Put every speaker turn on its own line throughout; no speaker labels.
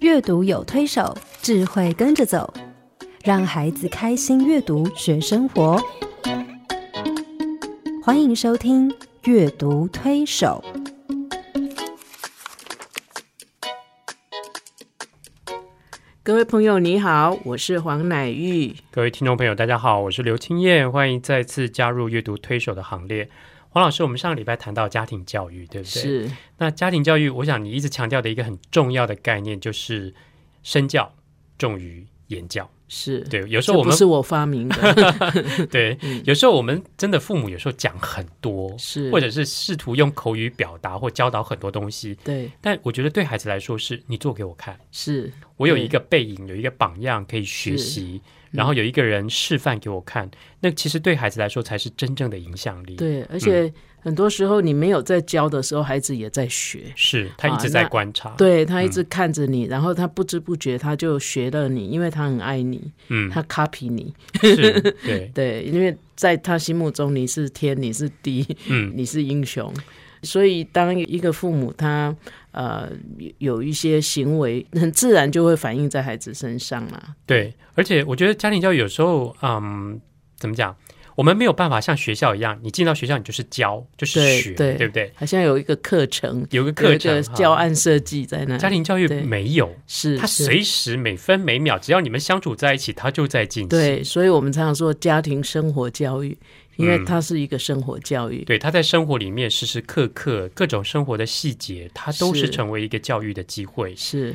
阅读有推手，智慧跟着走，让孩子开心阅读学生活。欢迎收听《阅读推手》。
各位朋友，你好，我是黄乃玉。
各位听众朋友，大家好，我是刘清燕，欢迎再次加入阅读推手的行列。黄老师，我们上个礼拜谈到家庭教育，对不对？。
是
那家庭教育，我想你一直强调的一个很重要的概念就是身教重于言教。
是，
对，有
嗯
时
这
候我
不
们
是我发明 的，
对，有时候我们真的父母有时候讲很多，
是
或者是试图用口语表达或教导很多东西，
对，
但我觉得对孩子来说是你做给我看，
是
我有一个背影，有一个榜样可以学习，
嗯
然后有一个人示范给我看，那其实对孩子来说才是真正的影响力。，
对，而且很多时候你没有在教的时候，孩子也在学。
是他一
啊
直在
那
观察，，
对他一直
嗯
看着你，然后他不知不觉他就学了你，因为他很爱你，
嗯，
他 copy 你，
是，对，
对，因为在他心目中你是天，你是地，
嗯，
你是英雄。所以，当一个父母他呃有一些行为，很自然就会反映在孩子身上嘛。
对。而且我觉得家庭教育有时候，嗯，怎么讲？我们没有办法像学校一样，你进到学校你就是教，就是
对
学，
对
不对？
好像有一个课程，
有个
有
课
一个
程
教
哈
案设计在那里。
家庭教育
对
没有，
是
他
是
随时每分每秒，只要你们相处在一起，他就在进行。
对，所以我们常常说家庭生活教育，因为
嗯
它是一个生活教育。
对，他在生活里面时时刻刻各种生活的细节，他都
是
是成为一个教育的机会。
是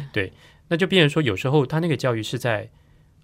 那就变成说，有时候他那个教育是在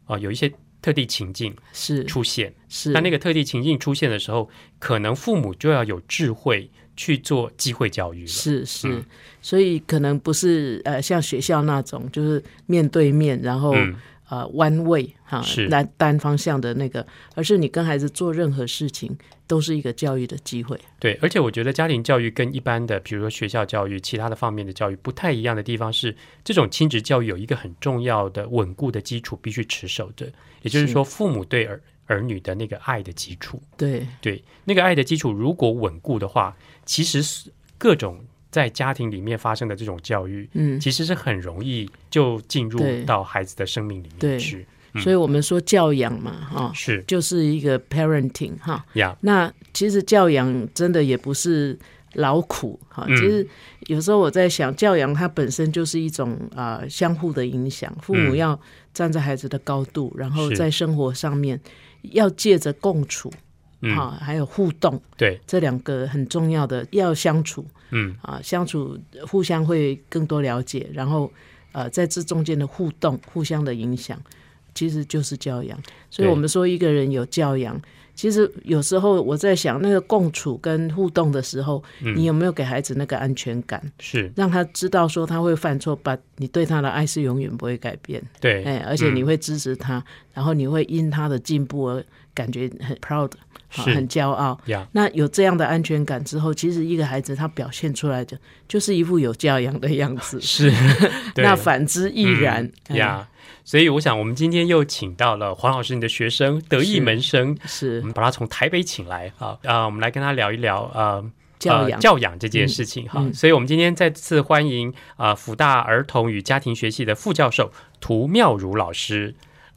啊、有一些特定情境
是
出现，
是，
那那个特定情境出现的时候，可能父母就要有智慧去做机会教育了。
是是，
嗯
所以可能不是呃像学校那种，就是面对面，然后、
嗯，
呃弯位哈，
是
单单方向的那个，而是你跟孩子做任何事情都是一个教育的机会。
对，而且我觉得家庭教育跟一般的，比如说学校教育、其他的方面的教育不太一样的地方是，这种亲职教育有一个很重要的稳固的基础必须持守着，也就是
是
说，父母对儿儿女的那个爱的基础。
对，
对，那个爱的基础如果稳固的话，其实是各种在家庭里面发生的这种教育，
嗯，
其实是很容易就进
对
入到孩子的生命里
对
面去。嗯
所以我们说教养嘛，哈、
是
就是一个 parenting 哈。
呀，
那其实教养真的也不是劳苦哈，
嗯
其实有时候我在想，教养它本身就是一种啊、呃相互的影响，父母
嗯
要站在孩子的高度，然后
是
在生活上面要借着共处
嗯，
哈，还有互动
对，
这两个很重要的要相处
嗯，
啊，相处互相会更多了解，然后呃在这中间的互动、互相的影响，其实就是教养。所以
对
我们说一个人有教养，其实有时候我在想，那个共处跟互动的时候，
嗯
你有没有给孩子那个安全感，
是
让他知道说他会犯错，把你对他的爱是永远不会改变，
对，
哎，而且
嗯
你会支持他，然后你会因他的进步而感觉很 proud，啊
是
很骄傲。
呀，。
那有这样的安全感之后，其实一个孩子他表现出来的就是一副有教养的样子
是， 对
那反之亦然。
嗯
哎
呀。所以我想，我们今天又请到了黄老师，你的学生得意
是
门生，我
是
们把他从台北请来啊啊、我们来跟他聊一聊呃
教养
呃、教养这件事情哈、
嗯嗯
所以我们今天再次欢迎啊、呃福大儿童与家庭学系的副教授涂妙如老师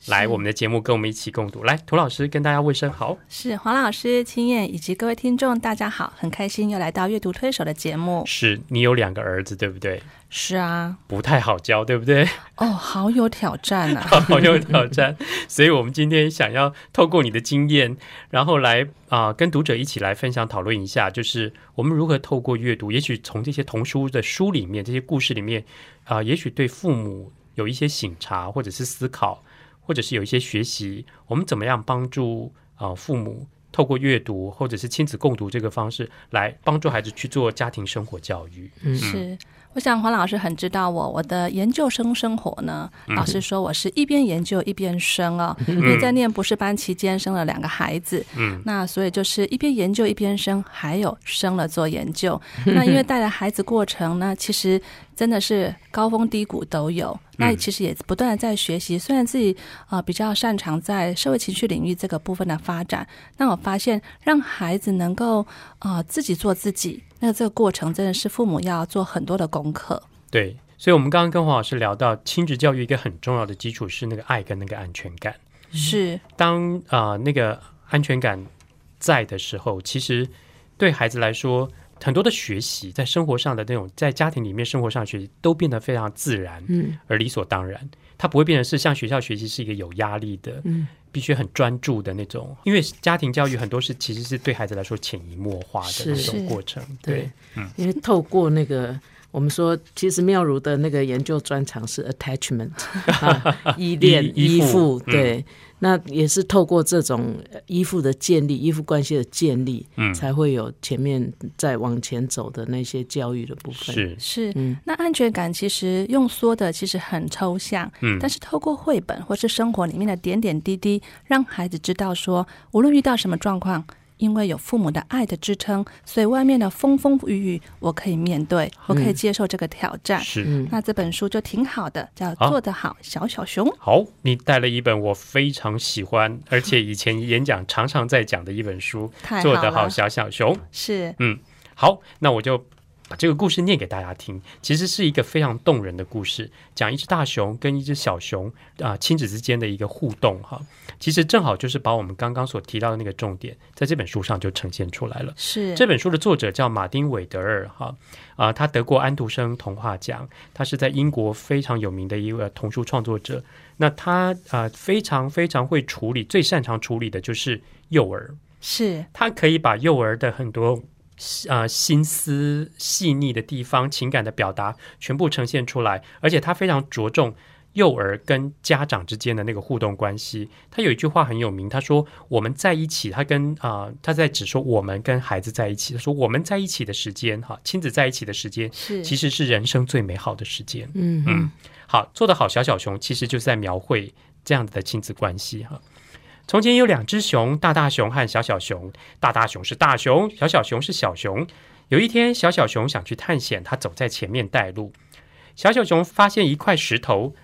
来我们的节目跟我们一起共读。来，涂老师跟大家问声好。
是黄老师、青燕以及各位听众，大家好，很开心又来到阅读推手的节目。
是你有两个儿子对不对？
是啊，
不太好教对不对？
哦，好有挑战 啊！
好有挑战，所以我们今天想要透过你的经验，然后来啊、跟读者一起来分享讨论一下，就是我们如何透过阅读，也许从这些童书的书里面、这些故事里面啊、也许对父母有一些醒察，或者是思考，或者是有一些学习，我们怎么样帮助啊、父母。透过阅读或者是亲子共读这个方式，来帮助孩子去做家庭生活教育。
是，我想黄老师很知道我，我的研究生生活呢，老师说我是一边研究一边生哦，因为在念博士班期间生了两个孩子，嗯，那所以就是一边研究一边生，还有生了做研究。 那因为带着孩子过程呢，其实真的是高峰低谷都有。那其实也不断的在学习，虽然自己啊、呃比较擅长在社会情绪领域这个部分的发展，但我发现让孩子能够呃啊、自己做自己，那这个过程真的是父母要做很多的功课。
对，所以我们刚刚跟黄老师聊到，亲子教育一个很重要的基础是那个爱跟那个安全感。
是
当啊、呃那个安全感在的时候，其实对孩子来说，很多的学习在生活上的那种，在家庭里面生活上的学习都变得非常自然
嗯
而理所当然。它不会变成是像学校学习是一个有压力的，
嗯
必须很专注的那种。因为家庭教育很多是其实是对孩子来说潜移默化的那
是
种
是
过程。
对，
嗯
因为透过那个。我们说，其实妙如的那个研究专长是 attachment，、啊、 依恋、
依
依
依
附
附，嗯
对，那也是透过这种呃依附的建立、依附关系的建立，
嗯
才会有前面再往前走的那些教育的部分。，
是，
是，
嗯
那安全感其实用说的其实很抽象，
嗯
但是透过绘本或是生活里面的点点滴滴，让孩子知道说，无论遇到什么状况，因为有父母的爱的支撑，所以外面的风风雨雨，我可以面对，我可以接受这个挑战。
嗯是。
嗯，
那这本书就挺好的，叫
好
《做得好，小小熊》。
好，你带了一本我非常喜欢，而且以前演讲常常在讲的一本书，
太
做得
好
好，
了，
小小熊。
是
好，那我就把这个故事念给大家听。其实是一个非常动人的故事，讲一只大熊跟一只小熊啊、亲子之间的一个互动哈。其实正好就是把我们刚刚所提到的那个重点，在这本书上就呈现出来了。
是
这本书的作者叫马丁·韦德尔，哈啊、他得过安徒生童话奖，他是在英国非常有名的一个童书创作者。那他啊、非常非常会处理，最擅长处理的就是幼儿，
是
他可以把幼儿的很多呃心思细腻的地方、情感的表达全部呈现出来，而且他非常着重幼儿跟家长之间的那个互动关系。他有一句话很有名，他说：“我们在一起，他跟啊、呃他在指说我们跟孩子在一起，他说我们在一起的时间，哈，亲子在一起的时间，
是
其实是人生最美好的时间。”
嗯
嗯，好，做得好，小小熊其实就是在描绘这样子的亲子关系哈。从前有两只熊，大大熊和小小熊。大大熊是大熊，小小熊是小熊。有一天，小小熊想去探险，它走在前面带路。小小熊发现一块石头，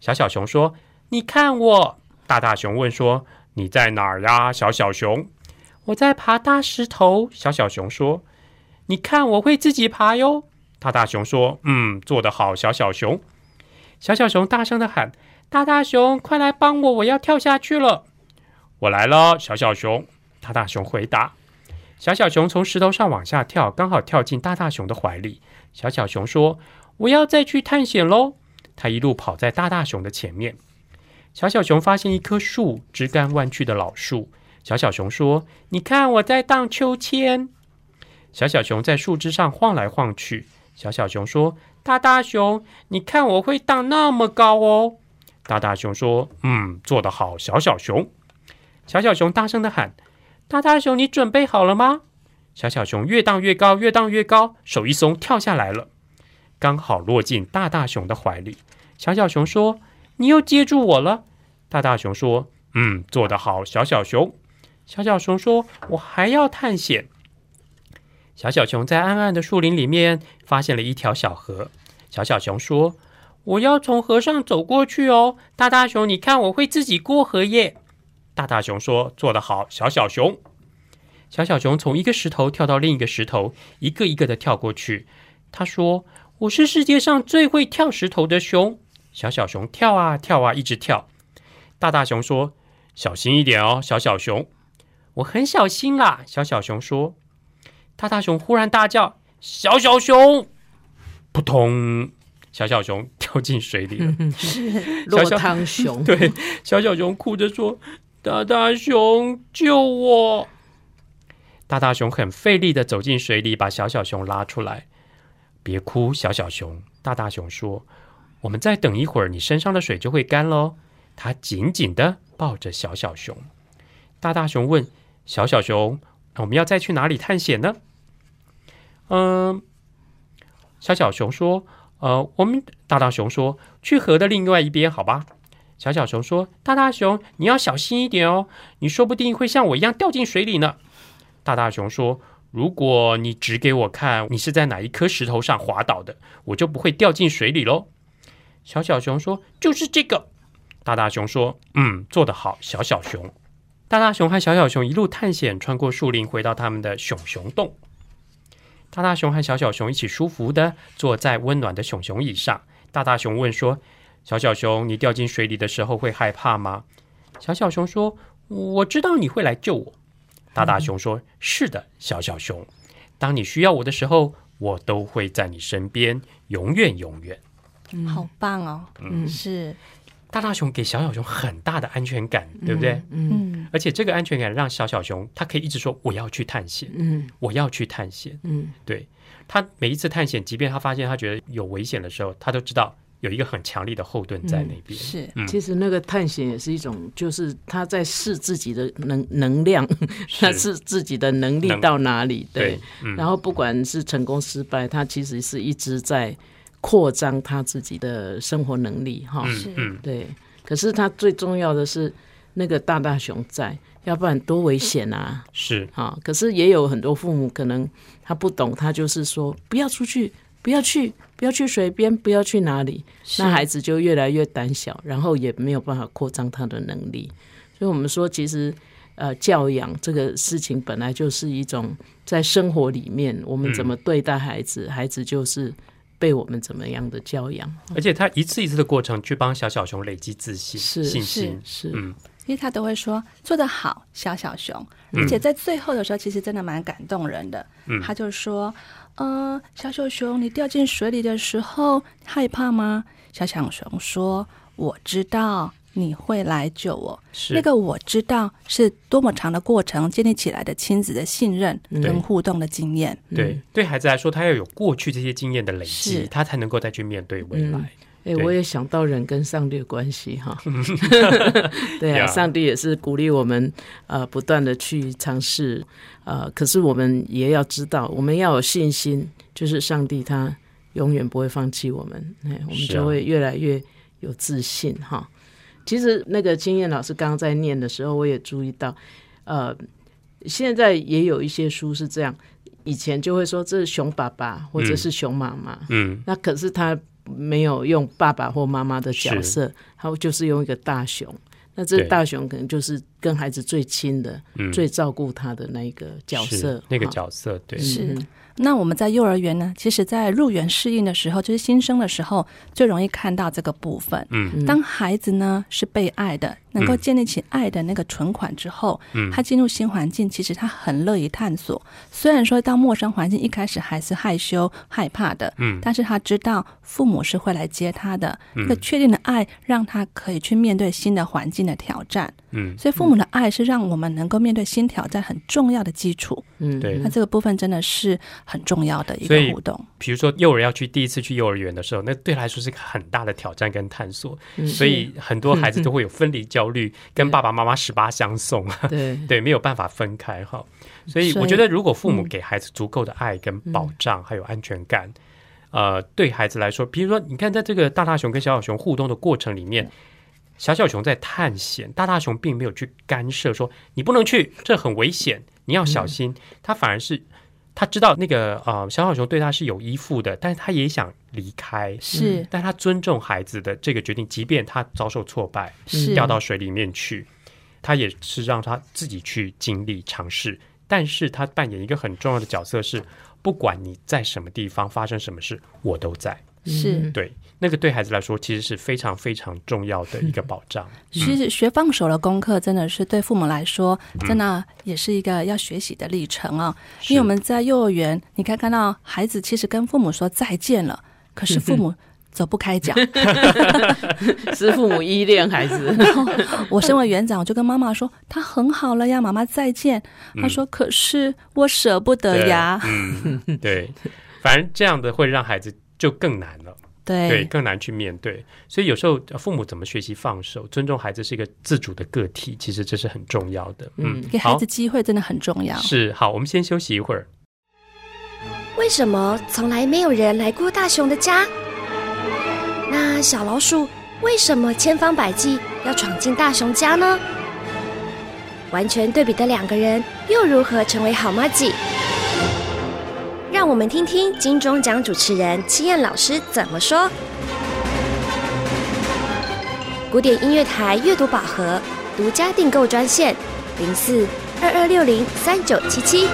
小小熊说：“你看我。”大大熊问说：“你在哪儿呀，小小熊？”“我在爬大石头。”小小熊说：“你看，我会自己爬哟。”大大熊说：“嗯，做得好，小小熊。”小小熊大声的喊：“大大熊，快来帮我！我要跳下去了！”我来了，小小熊。大大熊回答。小小熊从石头上往下跳，刚好跳进大大熊的怀里。小小熊说：“我要再去探险喽！”它一路跑在大大熊的前面。小小熊发现一棵树，枝干弯曲的老树。小小熊说：“你看，我在荡秋千。”小小熊在树枝上晃来晃去。小小熊说：“大大熊，你看我会荡那么高哦。大大熊说：“嗯，做得好，小小熊。”小小熊大声的喊：“大大熊，你准备好了吗？”小小熊越荡越高，越荡越高，手一松跳下来了，刚好落进大大熊的怀里。小小熊说：“你又接住我了。”大大熊说：“嗯，做得好，小小熊。”小小熊说：“我还要探险。”小小熊在暗暗的树林里面发现了一条小河，小小熊说：“我要从河上走过去哦，大大熊，你看我会自己过河耶。”大大熊说：“做得好，小小熊。”小小熊从一个石头跳到另一个石头，一个一个的跳过去。他说：“我是世界上最会跳石头的熊。”小小熊跳啊跳啊，一直跳。大大熊说：“小心一点哦，小小熊。”我很小心啦，小小熊说。大大熊忽然大叫：“小小熊！”扑通，小小熊掉进水里了。
落汤熊，
对，小小熊哭着说：“大大熊，救我！”大大熊很费力的走进水里，把小小熊拉出来。别哭，小小熊。大大熊说：“我们再等一会儿，你身上的水就会干喽。”他紧紧的抱着小小熊。大大熊问：“小小熊，我们要再去哪里探险呢？”嗯，小小熊说：“呃，我们……”大大熊说：“去河的另外一边，好吧？”小小熊说：“大大熊，你要小心一点哦，你说不定会像我一样掉进水里呢。”大大熊说：“如果你指给我看你是在哪一颗石头上滑倒的，我就不会掉进水里喽。”小小熊说：“就是这个。”大大熊说：“嗯，做得好，小小熊。”大大熊和小小熊一路探险，穿过树林，回到他们的熊熊洞。大大熊和小小熊一起舒服的坐在温暖的熊熊椅上。大大熊问说：“小小熊，你掉进水里的时候会害怕吗？”小小熊说：“我知道你会来救我。”大大熊说：“是的，小小熊，当你需要我的时候，我都会在你身边，永远永远。
好棒哦，
嗯
是，”
大大熊给小小熊很大的安全感，对不对？
嗯
嗯
而且这个安全感让小小熊他可以一直说：“我要去探险，
嗯
我要去探险。”
嗯
对他每一次探险，即便他发现他觉得有危险的时候，他都知道有一个很强力的后盾在那边。
是
嗯
嗯，其实那个探险也是一种，就是他在试自己的能能量， 他是自己的能力
能
到哪里，对
对，，嗯，
然后不管是成功失败，他其实是一直在扩张他自己的生活能力哈。
嗯嗯，
对，可是他最重要的是那个大大熊在，要不然多危险啊！
是
啊，可是也有很多父母可能他不懂，他就是说不要出去，不要去，不要去水边，不要去哪里，
是
那孩子就越来越胆小，然后也没有办法扩张他的能力。所以我们说，其实呃，教养这个事情本来就是一种在生活里面我
嗯
们怎么对待孩子，孩子就是被我们怎么样的教养。
而且他一次一次的过程去帮小小熊累积自信、
是
信心。
是，
嗯
因为他都会说做得好，小小熊。而且在最后的时候，其实真的蛮感动人的。
嗯
他就说：“呃，小小熊，你掉进水里的时候害怕吗？”小小熊说：“我知道你会来救我。”
是
那个我知道是多么长的过程建立起来的亲子的信任
对
跟互动的经验。
嗯
对对孩子来说，他要有过去这些经验的累积，
是
他才能够再去面对未来。
哎、
对
我也想到人跟上帝的关系 哈， 对啊
Yeah
上帝也是鼓励我们呃不断的去尝试，呃，可是我们也要知道，我们要有信心，就是上帝他永远不会放弃我们，哎、我们
是啊
就会越来越有自信哈。其实那个金燕老师刚刚在念的时候，我也注意到，呃，现在也有一些书是这样，以前就会说这是熊爸爸或者
嗯
是熊妈妈，
嗯，
那可是他没有用爸爸或妈妈的角色，他就是用一个大熊。那这
对
大熊可能就是跟孩子最亲的、
嗯
最照顾他的那一个角色
是，那个
哈嗯
角色，对，
是。那我们在幼儿园呢，其实，在入园适应的时候，就是新生的时候，最容易看到这个部分。
嗯
当孩子呢是被爱的，能够建立起爱的那个存款之后，
嗯
他进入新环境，其实他很乐于探索。虽然说到陌生环境一开始还是害羞害怕的，
嗯
但是他知道父母是会来接他的，
嗯
那个确定的爱让他可以去面对新的环境的挑战。
嗯，
所以父母的爱是让我们能够面对新挑战很重要的基础。
嗯，
对
那这个部分真的是很重要的一
所
个
以
互动。
比如说幼儿要去第一次去幼儿园的时候，那对他来说是一个很大的挑战跟探索，
嗯
所以很多孩子都会有分离焦虑，跟爸爸妈妈十八相送啊。
对
对，没有办法分开哈。所以
嗯所以嗯
我觉得，如果父母给孩子足够的爱、跟保障，还有安全感，呃，对孩子来说，比如说，你看，在这个大大熊跟小小熊互动的过程里面，小小熊在探险，大大熊并没有去干涉，说你不能去，这很危险，你要小心。
嗯
他反而是他知道那个呃，小小熊对他是有依附的，但是他也想离开。
是、
但他尊重孩子的这个决定，即便他遭受挫败，
是
掉到水里面去，他也是让他自己去经历尝试。但是他扮演一个很重要的角色是，不管你在什么地方发生什么事，我都在。
是，
对，那个对孩子来说其实是非常非常重要的一个保 障。
其实学放手的功课真的是对父母来说，真的也是一个要学习的历程啊、因为我们在幼儿园，你可以看到孩子其实跟父母说再见了，可是父母走不开脚。
是父母依恋孩子，
然后我身为园长，我就跟妈妈说他很好了呀，妈妈再见。他说可是我舍不得呀，
嗯，对，反正这样的会让孩子就更难了。对，
对
更难去面对。所以有时候呃父母怎么学习放手、尊重孩子是一个自主的个体，其实这是很重要的。嗯，
给孩
好
子，机会真的很重要。
是好，我们先休息一会儿。
为什么从来没有人来过大熊的家？那小老鼠为什么千方百计要闯进大熊家呢？完全对比的两个人又如何成为好妈吉？让我们听听金钟奖主持人戚燕老师怎么说。古典音乐台阅读宝盒独家订购专线零四二二六零三九七七。
啊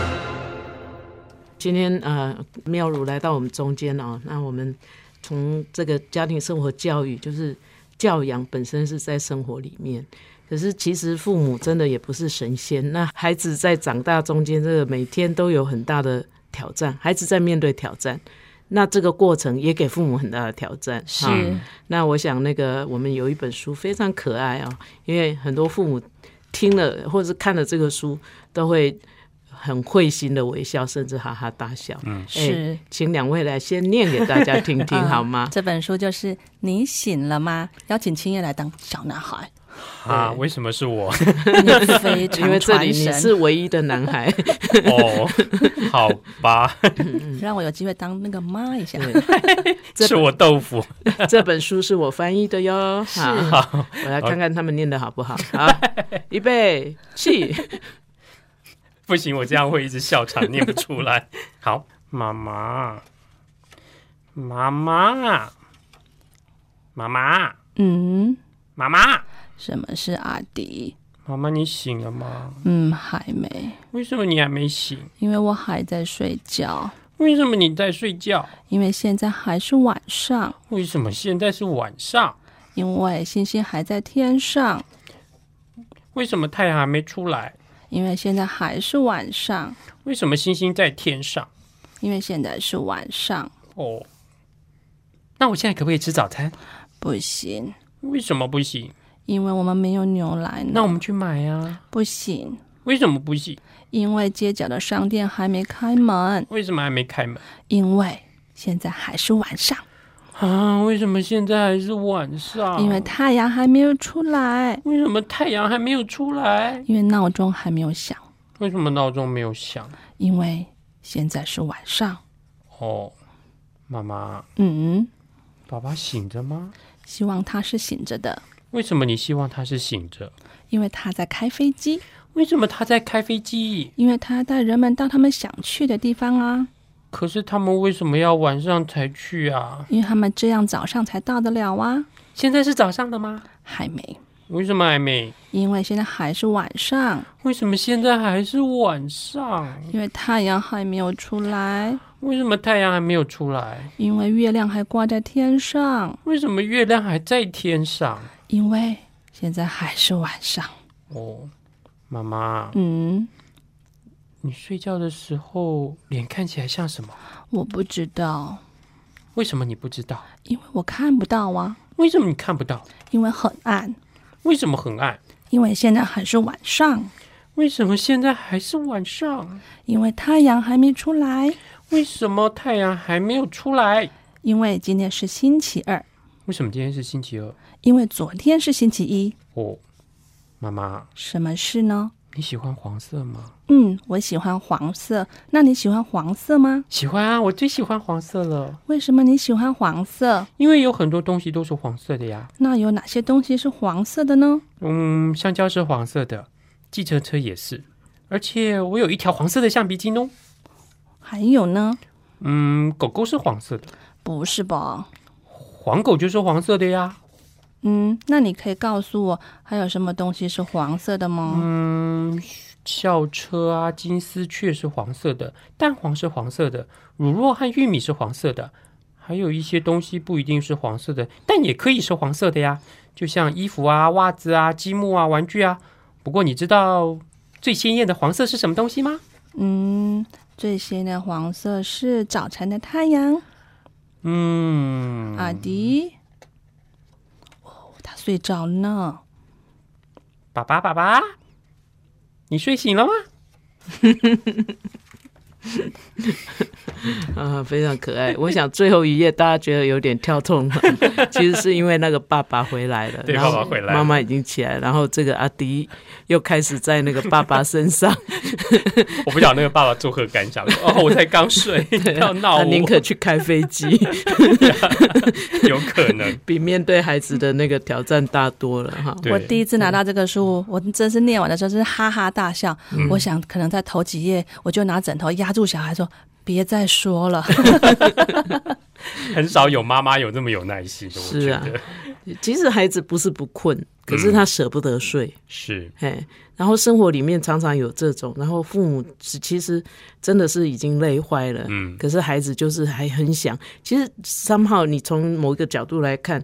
今天呃，妙如来到我们中间哦，那我们从这个家庭生活教育，就是教养本身是在生活里面。可是其实父母真的也不是神仙，那孩子在长大中间，这个每天都有很大的挑战，孩子在面对挑战。那这个过程也给父母很大的挑战，
是、
啊那我想那个我们有一本书非常可爱啊、因为很多父母听了或者是看了这个书，都会很会心的微笑，甚至哈哈大笑。嗯，
是。
请两位来先念给大家听听
嗯
好吗？
这本书就是《你醒了吗》，邀请青叶来当小 男孩，
啊，为什么是我？
你非
因为这里
常传
你
神，
是唯一的男孩，
哦，好吧，
让我有机会当那个妈一下。
这
是我豆腐。
这本书是我翻译的哟。好，我来看看他们念的好不好。好，预备起。
不行，我这样会一直笑场，念不出来。好，妈妈，妈妈，妈妈，
嗯，
妈妈，
什么是阿迪？
妈妈，你醒了吗？
嗯，还没，
为什么你还没醒？
因为我还在睡觉，
为什么你在睡觉？
因为现在还是晚上，
为什么现在是晚上？
因为星星还在天上，
为什么太阳还没出来？
因为现在还是晚上，
为什么星星在天上？
因为现在是晚上，
哦，那我现在可不可以吃早餐？
不行，
为什么不行？
因为我们没有牛奶呢。
那我们去买啊。
不行，
为什么不行？
因为街角的商店还没开门，
为什么还没开门
因为现在还是晚上，
啊？为什么现在还是晚上？
因为太阳还没有出来，
为什么太阳还没有出来？
因为闹钟还没有响，
为什么闹钟没有响？
因为现在是晚上。
哦，妈妈，
嗯，
爸爸醒着吗？
希望他是醒着的，
为什么你希望他是醒着？
因为他在开飞机，
为什么他在开飞机？
因为他带人们到他们想去的地方啊，
可是他们为什么要晚上才去啊？
因为他们这样早上才到得了啊。
现在是早上的吗？
还没，
为什么还没？
因为现在还是晚上，
为什么现在还是晚上？
因为太阳还没有出来，
为什么太阳还没有出来？
因为月亮还挂在天上，
为什么月亮还在天上？
因为现在还是晚上。
哦，妈妈，
嗯，
你睡觉的时候脸看起来像什么？
我不知道，
为什么你不知道？
因为我看不到啊，
为什么你看不到？
因为很暗，
为什么很暗？
因为现在还是晚上，
为什么现在还是晚上？
因为太阳还没出来，
为什么太阳还没有出来？
因为今天是星期二，
为什么今天是星期二？
因为昨天是星期一。
哦，妈妈，
什么事呢？
你喜欢黄色吗？
嗯，我喜欢黄色。那你喜欢黄色吗？
喜欢啊，我最喜欢黄色了，
为什么你喜欢黄色？
因为有很多东西都是黄色的呀。
那有哪些东西是黄色的呢？
嗯，香蕉是黄色的，计程车也是，而且我有一条黄色的橡皮筋哦。
还有呢？
嗯，狗狗是黄色的，
不是吧？
黄狗就是黄色的呀。
嗯，那你可以告诉我还有什么东西是黄色的吗？
嗯，校车啊，金丝雀是黄色的，蛋黄是黄色的，乳酪和玉米是黄色的，还有一些东西不一定是黄色的，但也可以是黄色的呀，就像衣服啊、袜子啊、积木啊、玩具啊。不过你知道最鲜艳的黄色是什么东西吗？
嗯，最新的黄色是早晨的太阳。
嗯，
阿迪，哦，他睡着了呢。
爸爸，爸爸，你睡醒了吗？
啊，非常可爱。我想最后一页大家觉得有点跳 痛了，其实是因为那个爸爸回来了，
对
然后
爸爸回来了
妈妈已经起来，然后这个阿迪又开始在那个爸爸身上，
我不晓得那个爸爸作何感想。 哦，我才刚 睡，不要闹
他
我，
宁啊可去开飞机，
有可能。
比面对孩子的那个挑战大多了哈。
对
我第一次拿到这个书，我真是念完的时候真是哈哈大笑。
嗯
我想可能在 头
嗯
几页，我就拿枕头压住小孩说：“别再说了。”
很少有妈妈有这么有耐心的，我
是
觉
啊
得嗯
其实孩子不是不困，可是他舍不得睡。
是
哎，然后生活里面常常有这种，然后父母是其实真的是已经累坏了，
嗯
可是孩子就是还很想。其实三号，你从某一个角度来看，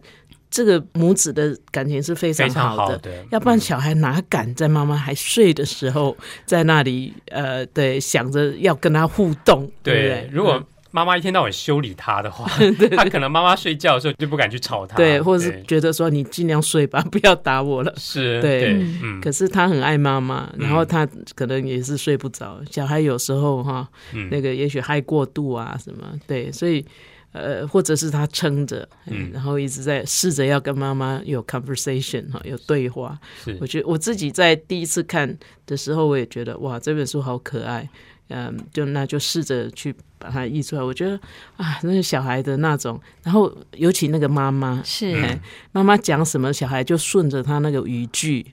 这个母子的感情是非常
非常
好
好
的，
的，
要不然
嗯
小孩哪敢在妈妈还睡的时候在那里呃，对，想着要跟他互动，对不
对
对，？
如果妈妈一天到晚修理他的话， 他可能妈妈睡觉的时候就不敢去吵他，
嗯对，或者是
对
觉得说你尽量睡吧， 不要打我了。
是，
对
对，嗯，
可是他很爱妈妈，
嗯
然后他可能也是睡不着。小孩有时候哈，
嗯
那个也许嗨过度啊什么，对，所以呃，或者是他撑着，
嗯
嗯，然后一直在试着要跟妈妈有 conversation 哈，有对话。
是
我觉得我自己在第一次看的时候，我也觉得哇，这本书好可爱。嗯，就那就试着去把它译出来。我觉得啊，那个小孩的那种，然后尤其那个妈妈，
是
哎妈妈讲什么，小孩就顺着他那个语句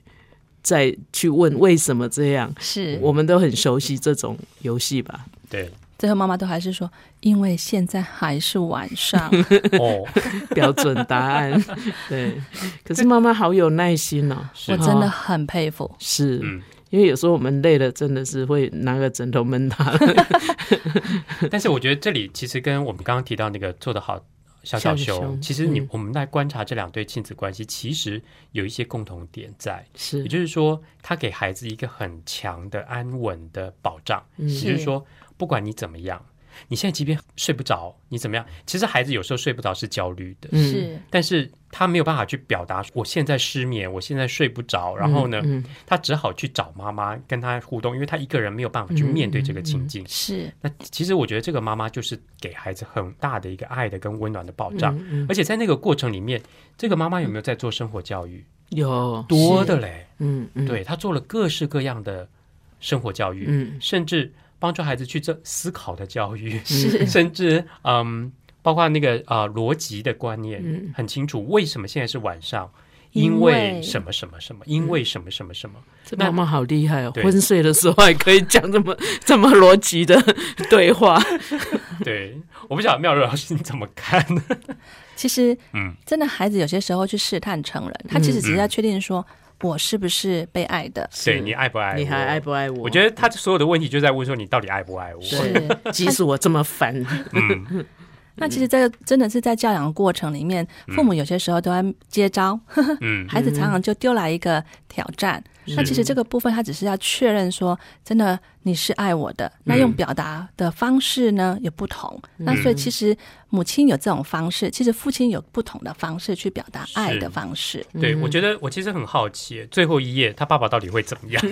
再去问为什么这样。
是，
我们都很熟悉这种游戏 吧？
对，
最后妈妈都还是说，因为现在还是晚 上，
哦，
标准答 案，对。可是妈妈好有耐心哦，
我
是
真的很佩服。
是、
嗯，
因为有时候我们累了，真的是会拿个枕头闷 他。
但是
嗯
我觉得这里其实跟我们刚刚提到那个做得好。小小
小小
熊，
熊
其实你
嗯
我们在观察这两对亲子关系，其实有一些共同点在，
是
也，就是说，他给孩子一个很强的安稳的保障，
嗯
也就是说，不管你怎么样，你现在即便睡不着，你怎么样，其实孩子有时候睡不着是焦虑的，
嗯
是，
但是他没有办法去表达我现在失眠，我现在睡不着，然后呢，
嗯
他只好去找妈妈跟他互动，因为他一个人没有办法去
嗯
面对这个情境。
是，
那其实我觉得这个妈妈就是给孩子很大的一个爱的跟温暖的保障，
嗯嗯
而且在那个过程里面，这个妈妈有没有在做生活教育？
有，
多的嘞，
嗯嗯，，
对她做了各式各样的生活教育，
嗯
甚至帮助孩子去这思考的 教育，
是
甚至嗯，包括那个呃逻辑的观念、
嗯
很清楚，为什么现在是晚上？
因
因
为
为什么什么什么？因为什么什么什么？
这妈妈好厉害哦！
对
昏睡的时候还可以讲这么这么逻辑的 对话，嗯
对，我不晓得妙柔老师你怎么看？
其实
嗯，
真的孩子有些时候去试探成人，他其实只是在确定说我是不是被爱的。
对你爱不爱我？
你还爱不爱我？
我觉得他所有的问题就在问说你到底爱不爱我？
对
是，
即使我这么烦，
嗯，
那其实这个真的是在教养过程里面，父母有些时候都在接招，
嗯
孩子常常就丢来一个挑战。那其实这个部分，他只是要确认说，真的你是爱我的。那用表达的方式呢也不同。那所以其实母亲有这种方式，其实父亲有不同的方式去表达爱的方式。
对，我觉得我其实很好奇，最后一页他爸爸到底会怎么样？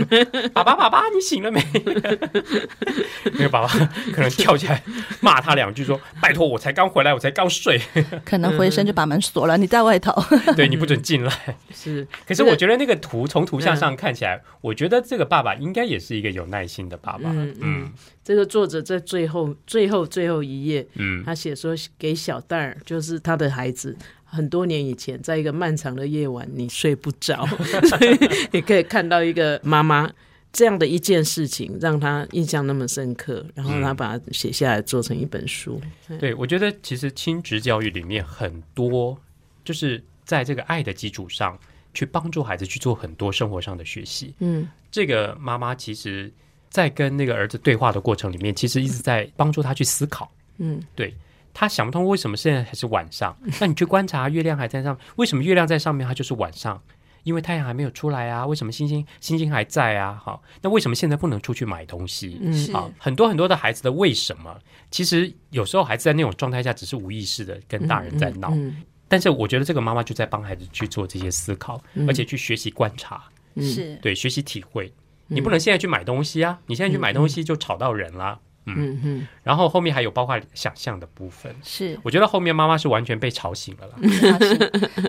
爸爸，爸爸，你醒了没？那个爸爸可能跳起来骂他两句，说：“拜托，我才刚回来，我才刚睡，
可能回身就把门锁了，你在外头。
对你不准进来。
是”
可是我觉得那个图从图像上看起来，我觉得这个爸爸应该也是一个有耐心的爸爸。
嗯
嗯
嗯，这个作者在最后最后最后一页，
嗯
他写说给小蛋儿，就是他的孩子，很多年以前，在一个漫长的夜晚，你睡不着， 所以你可以看到一个妈妈这样的一件事情，让他印象那么深刻，然后他把它写下来做成一本书。
对，我觉得其实亲职教育里面很多就是在这个爱的基础上，去帮助孩子去做很多生活上的学习。
嗯，
这个妈妈其实，在跟那个儿子对话的过程里面，其实一直在帮助他去思考。
嗯，
对他想不通为什么现在还是晚上。那你去观察月亮还在上，为什么月亮在上面，它就是晚上？因为太阳还没有出来啊，为什么星星星星还在啊？好，那为什么现在不能出去买东西？
嗯
是
好，很多很多的孩子的为什么，其实有时候孩子在那种状态下，只是无意识的跟大人在闹。
嗯
但是我觉得这个妈妈就在帮孩子去做这些思考，而且去学习观察。
嗯
是，
对，学习体会。你不能现在去买东西啊，你现在去买东西就吵到人啦。
嗯嗯，
然后后面还有包括想象的部分，
是。
我觉得后面妈妈是完全被吵醒了
嗯
啦。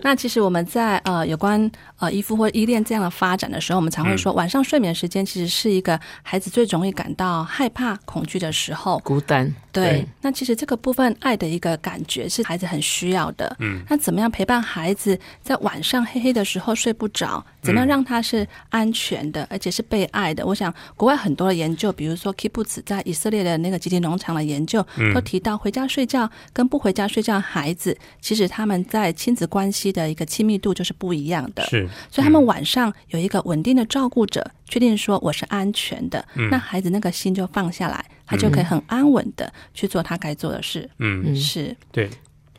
那其实我们在呃有关呃依附或依恋这样的发展的时候，我们常会说，晚上睡眠时间其实是一个孩子最容易感到害怕、恐惧的时候。
孤单，
对，那其实这个部分爱的一个感觉是孩子很需要的。
嗯，
那怎么样陪伴孩子在晚上黑黑的时候睡不着？
嗯
怎么样让他是安全的，而且是被爱的？我想国外很多的研究，比如说 Kibbutz 在以色列的那个集体农场的研究，
嗯
都提到回家睡觉跟不回家睡觉的孩子，其实他们在亲子关系的一个亲密度就是不一样的。
是，
所以他们晚上有一个稳定的照顾者，确定说我是安全的，那孩子那个心就放下来，他就可以很安稳的去做他该做的事。
嗯，
是，
对，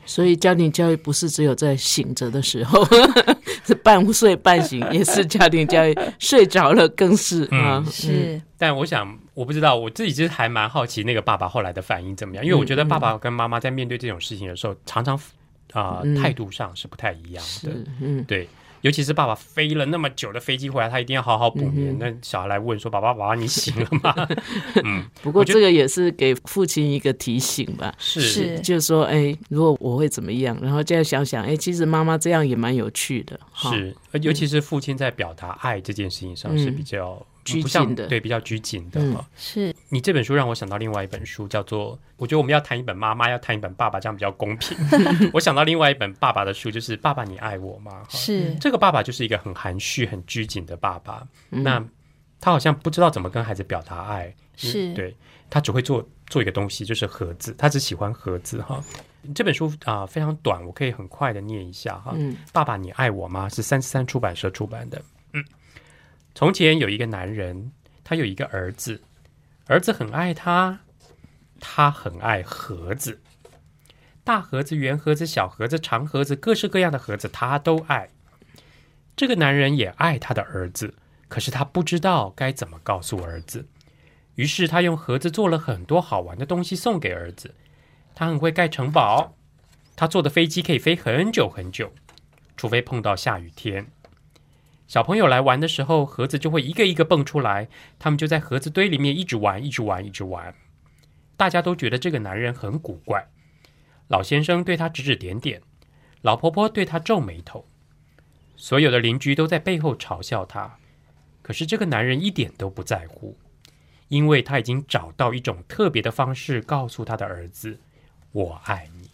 所以家庭教育不是只有在醒着的时候， 是半睡半醒，也是家庭教育。睡着了更是啊，
是。
但我想，我不知道，我自己其实还蛮好奇那个爸爸后来的反应怎么样，
嗯
因为我觉得爸爸跟妈妈在面对这种事情的时候，常常啊、呃
嗯
态度上是不太一样的。
是嗯，
对，尤其是爸爸飞了那么久的飞机回来，他一定要好好补
嗯
眠。那小孩来问说：“爸爸，爸爸，你醒了吗
不过
我觉。
这个也是给父亲一个提醒吧？”
是
是
就是说，哎，如果我会怎么样？然后这样想想，哎，其实妈妈这样也蛮有趣的，哈，嗯
是，呃尤其是父亲在表达爱这件事情上是比较
拘
不像
谨的
对，比较拘谨的。
嗯
哦
是
你这本书让我想到另外一本书，叫做我觉得我们要谈一本妈妈，要谈一本爸爸，这样比较 公平。我想到另外一本爸爸的书，就是《爸爸，你爱我吗》哈。
是
这个爸爸就是一个很含蓄、很拘谨的爸爸。
嗯
那他好像不知道怎么跟孩子表达爱，
是，
对他只会做做一个东西，就是盒子，他只喜欢盒子哈。这本书啊、非常短，我可以很快的念一下哈。
嗯
爸爸，你爱我吗？是三十三出版社出版的。嗯，从前有一个男人，他有一个儿子，儿子很爱他，他很爱盒子，大盒子、圆盒子、小盒子、长盒子，各式各样的盒子他都爱。这个男人也爱他的儿子，可是他不知道该怎么告诉儿子。于是他用盒子做了很多好玩的东西送给儿子。他很会盖城堡，他做的飞机可以飞很久很久，除非碰到下雨天。小朋友来玩的时候，盒子就会一个一个蹦出来，他们就在盒子堆里面一直玩，一直玩，一直玩。大家都觉得这个男人很古怪，老先生对他指指点点，老婆婆对他皱眉头，所有的邻居都在背后嘲笑他。可是这个男人一点都不在乎，因为他已经找到一种特别的方式告诉他的儿子：“我爱你。”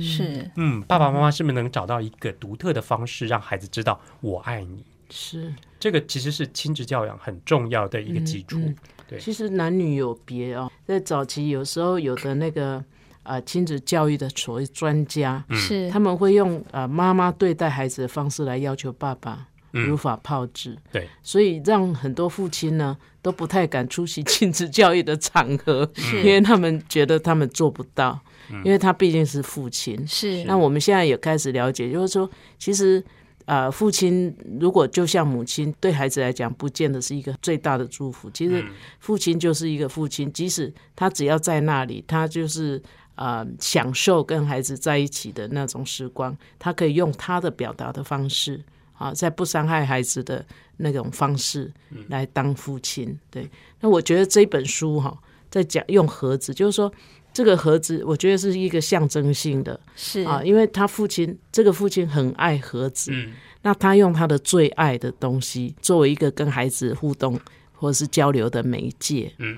是，
嗯，爸爸妈妈是不是能找到一个独特的方式，让孩子知道“我爱你
是。”？
这个其实是亲子教养很重要的一个基础。对
其实男女有别哦，在早期有时候有的那个呃亲子教育的所谓专家，
嗯
是
他，们会用呃妈妈对待孩子的方式来要求爸爸。
嗯
如法炮制，
对，
所以让很多父亲呢都不太敢出席亲子教育的场合，
是
嗯
因为他们觉得他们做不到，因为他毕竟是父亲。
是，
那我们现在也开始了解，就是说，其实呃，父亲如果就像母亲，对孩子来讲，不见得是一个最大的祝福。其实父亲就是一个父亲，即使他只要在那里，他就是。呃，享受跟孩子在一起的那种时光，他可以用他的表达的方式啊，在不伤害孩子的那种方式来当父亲。对，那我觉得这本书哈、在讲用盒子，就是说这个盒子，我觉得是一个象征性的，
是
啊，因为他父亲这个父亲很爱盒子，
嗯
那他用他的最爱的东西作为一个跟孩子互动或是交流的媒介。嗯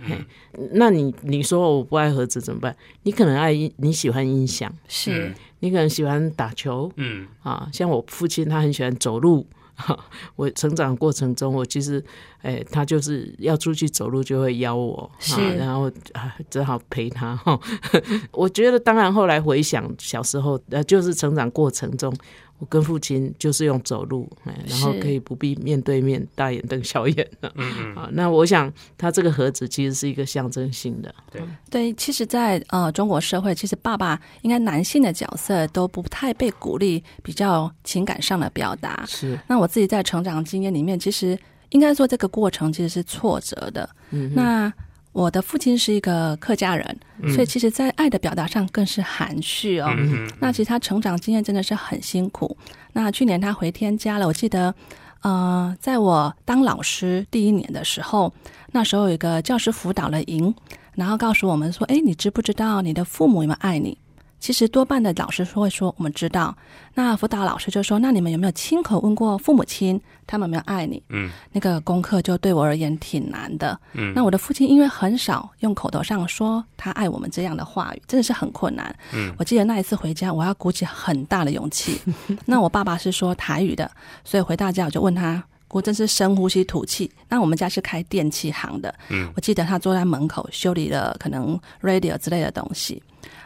那你你说我不爱盒子怎么办？你可能爱音你喜欢音响，
是
你可能喜欢打球
嗯
啊，像我父亲他很喜欢走路。哈我成长过程中，我其实，哎，他就是要出去走路就会邀我，
是
啊、然后啊，只好陪他哈。 我觉得，当然后来回想小时候，呃，就是成长过程中，我跟父亲就是用走路，哎，然后
是嗯
可以不必面对面大眼瞪小眼的、啊。那我想，他这个盒子其实是一个象征性
啊
的，
对，其实在，呃中国社会，其实爸爸应该男性的角色都不太被鼓励，比较情感上的表达。
是
那我自己在成长经验里面，其实应该说这个过程其实是挫折的。嗯、那我的父亲是一个客家人，所以其实，在爱的表达上更是含蓄哦。
嗯
那其实他成长经验真的是很辛苦。那去年他回天家了，我记得，呃，在我当老师第一年的时候，那时候有一个教师辅导的营，然后告诉我们说，哎，你知不知道你的父母有没有爱你？其实多半的老师会说我们知道，那辅导老师就说：“那你们有没有亲口问过父母亲，他们有没有爱你？”
嗯，
那个功课就对我而言挺难的。
嗯
那我的父亲因为很少用口头上说他爱我们这样的话语，真的是很困难。
嗯
我记得那一次回家，我要鼓起很大的 勇气。那我爸爸是说台语的，所以回到家我就问他。我真是深呼吸吐气。那我们家是开电器行的，
嗯
我记得他坐在门口修理了可能 radio 之类的东西，